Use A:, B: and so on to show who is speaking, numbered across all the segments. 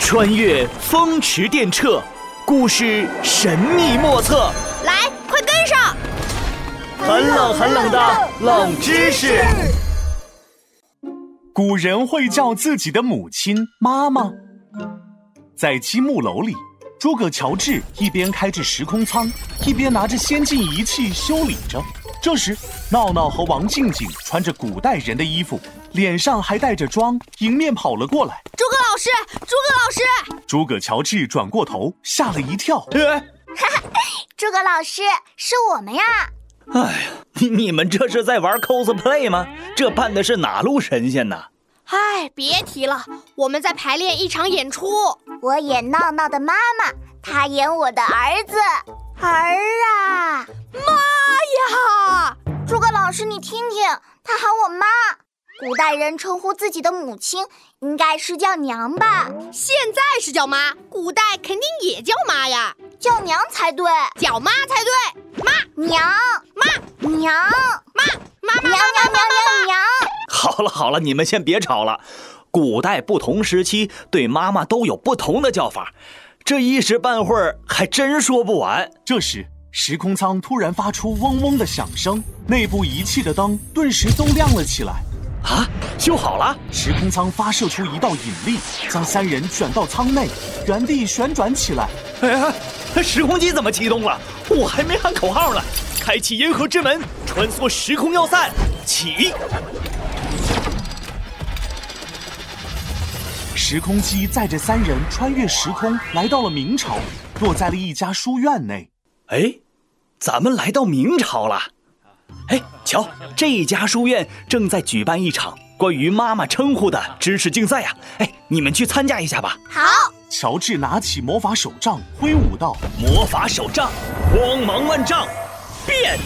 A: 穿越风驰电掣，故事神秘莫测，
B: 来，快跟上！
A: 很冷很冷的冷知识。
C: 古人会叫自己的母亲妈妈。在积木楼里，诸葛乔治一边开着时空舱，一边拿着先进仪器修理着。这时，闹闹和王静静穿着古代人的衣服，脸上还带着妆，迎面跑了过来。
B: 诸葛老师，诸葛老师，
C: 诸葛乔治转过头，吓了一跳。
A: 哎，
D: 诸葛老师，是我们呀！
E: 哎呀，你你们这是在玩 cosplay 吗？这扮的是哪路神仙呐？
B: 哎，别提了，我们在排练一场演出。
D: 我演闹闹的妈妈，她演我的儿子。儿啊，
B: 妈呀！
D: 诸葛老师，你听听，她喊我妈。古代人称呼自己的母亲，应该是叫娘吧？
B: 现在是叫妈，古代肯定也叫妈呀，
D: 叫娘才对，
B: 叫妈才对。妈
D: 娘
B: 妈
D: 娘
B: 妈妈妈
D: 娘娘娘娘娘。
E: 好了好了，你们先别吵了。古代不同时期对妈妈都有不同的叫法，这一时半会儿还真说不完。
C: 这时，时空舱突然发出嗡嗡的响声，内部仪器的灯顿时都亮了起来。
E: 啊，修好了！
C: 时空舱发射出一道引力，将三人卷到舱内，原地旋转起来。
E: 哎呀，时空机怎么启动了？我还没喊口号呢。
A: 开启银河之门，穿梭时空要塞，起！
C: 时空机载着三人穿越时空，来到了明朝，落在了一家书院内。
E: 哎，咱们来到明朝了。哎，瞧，这家书院正在举办一场关于妈妈称呼的知识竞赛呀、哎，你们去参加一下吧。
D: 好，
C: 乔治拿起魔法手杖，挥舞道
A: 魔法手杖，光芒万丈，变！：“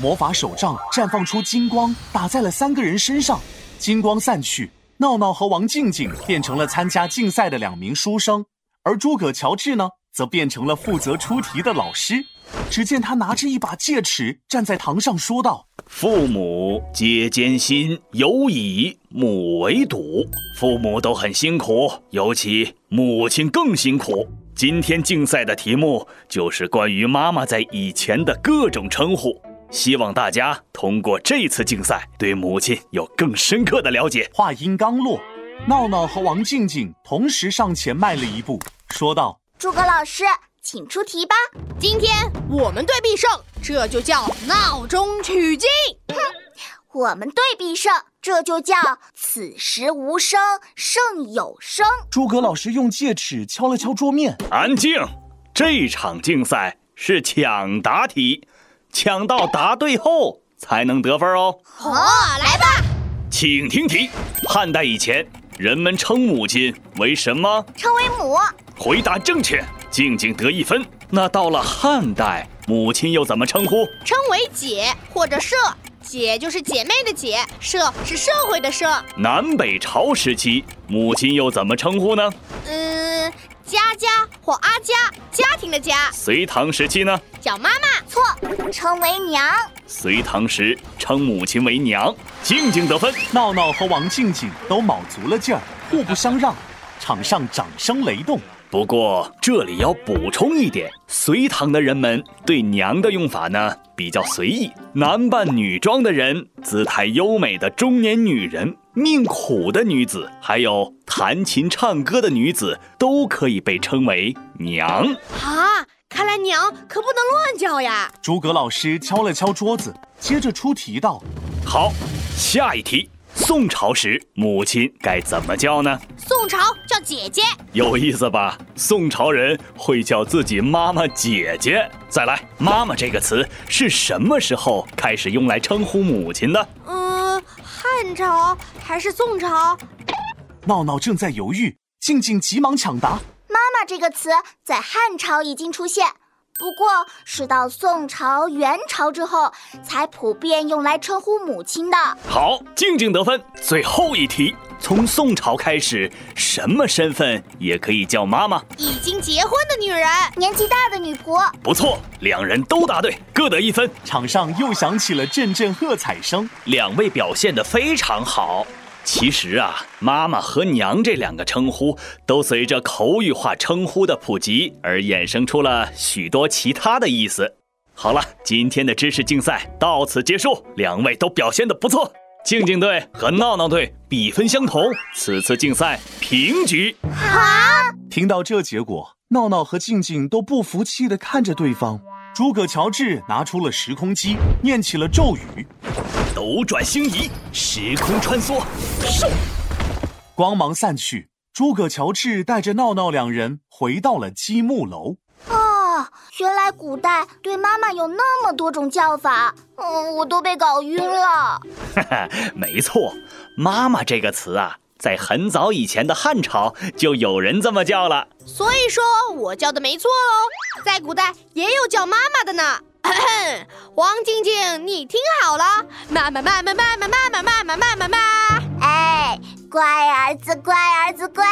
C: 魔法手杖绽放出金光，打在了三个人身上。金光散去，闹闹和王静静变成了参加竞赛的两名书生，而诸葛乔治呢，则变成了负责出题的老师。只见他拿着一把戒尺，站在堂上说道。”
E: 父母皆艰辛，尤以母为笃。父母都很辛苦，尤其母亲更辛苦。今天竞赛的题目就是关于妈妈在以前的各种称呼，希望大家通过这次竞赛对母亲有更深刻的了解。
C: 话音刚落，闹闹和王静静同时上前迈了一步，说道
D: 诸葛老师，请出题吧。
B: 今天我们队必胜，这就叫闹中取静。
D: 我们队必胜，这就叫此时无声胜有声。：“
C: 诸葛老师用戒尺敲了敲桌面。
E: 安静，这场竞赛是抢答题，抢到答对后才能得分哦。
B: 哦，来吧，
E: 请听题：汉代以前，人们称母亲为什么？
D: 称为母，
E: 回答正确，静静得一分。那到了汉代，母亲又怎么称呼？
B: 称为姐或者社，姐就是姐妹的姐，社是社会的社。
E: 南北朝时期，母亲又怎么称呼呢？
B: 嗯，家家或阿家，家庭的家
E: 隋唐时期呢？
B: 叫妈妈。
D: 错，称为娘。
E: 隋唐时称母亲为娘，静静得分。”
C: 闹闹和王静静都卯足了劲儿，互不相让，场上掌声雷动。
E: 不过这里要补充一点，隋唐的人们对“娘”的用法呢比较随意，男扮女装的人、姿态优美的中年女人、命苦的女子，还有弹琴唱歌的女子，都可以被称为娘。
B: 啊，看来娘可不能乱叫呀。
C: 诸葛老师敲了敲桌子，接着出题道
E: 好，下一题，宋朝时母亲该怎么叫呢？
B: 宋朝叫姐姐，
E: 有意思吧？宋朝人会叫自己妈妈姐姐。再来，妈妈这个词是什么时候开始用来称呼母亲的？
B: 嗯，汉朝还是宋朝？：“
C: 闹闹正在犹豫。”静静急忙抢答。
D: 妈妈这个词在汉朝已经出现，不过是到宋朝、元朝之后才普遍用来称呼母亲的。
E: 好，静静得分。最后一题，从宋朝开始，什么身份也可以叫妈妈？
B: 已经结婚的女人，
D: 年纪大的女仆，
E: 不错，两人都答对，各得一分。
C: 场上又响起了阵阵喝彩声。
E: 两位表现得非常好，其实啊，妈妈和娘这两个称呼都随着口语化称呼的普及而衍生出了许多其他的意思。好了，今天的知识竞赛到此结束，两位都表现的不错。静静队和闹闹队比分相同，此次竞赛平局。
C: 听到这结果，闹闹和静静都不服气地看着对方。诸葛乔治拿出了时空机，念起了咒语，
E: 斗转星移，时空穿梭，
C: 光芒散去。诸葛乔治带着闹闹两人回到了积木楼。
D: 哦，原来古代对妈妈有那么多种叫法，嗯，我都被搞晕了。
E: 哈哈，没错，妈妈这个词啊，在很早以前的汉朝就有人这么叫了。
B: 所以说我叫的没错喽，在古代也有叫妈妈的呢。咳咳王静静，你听好了，妈妈妈妈妈妈妈妈妈妈妈妈妈。
D: 哎，乖儿子，乖儿子，乖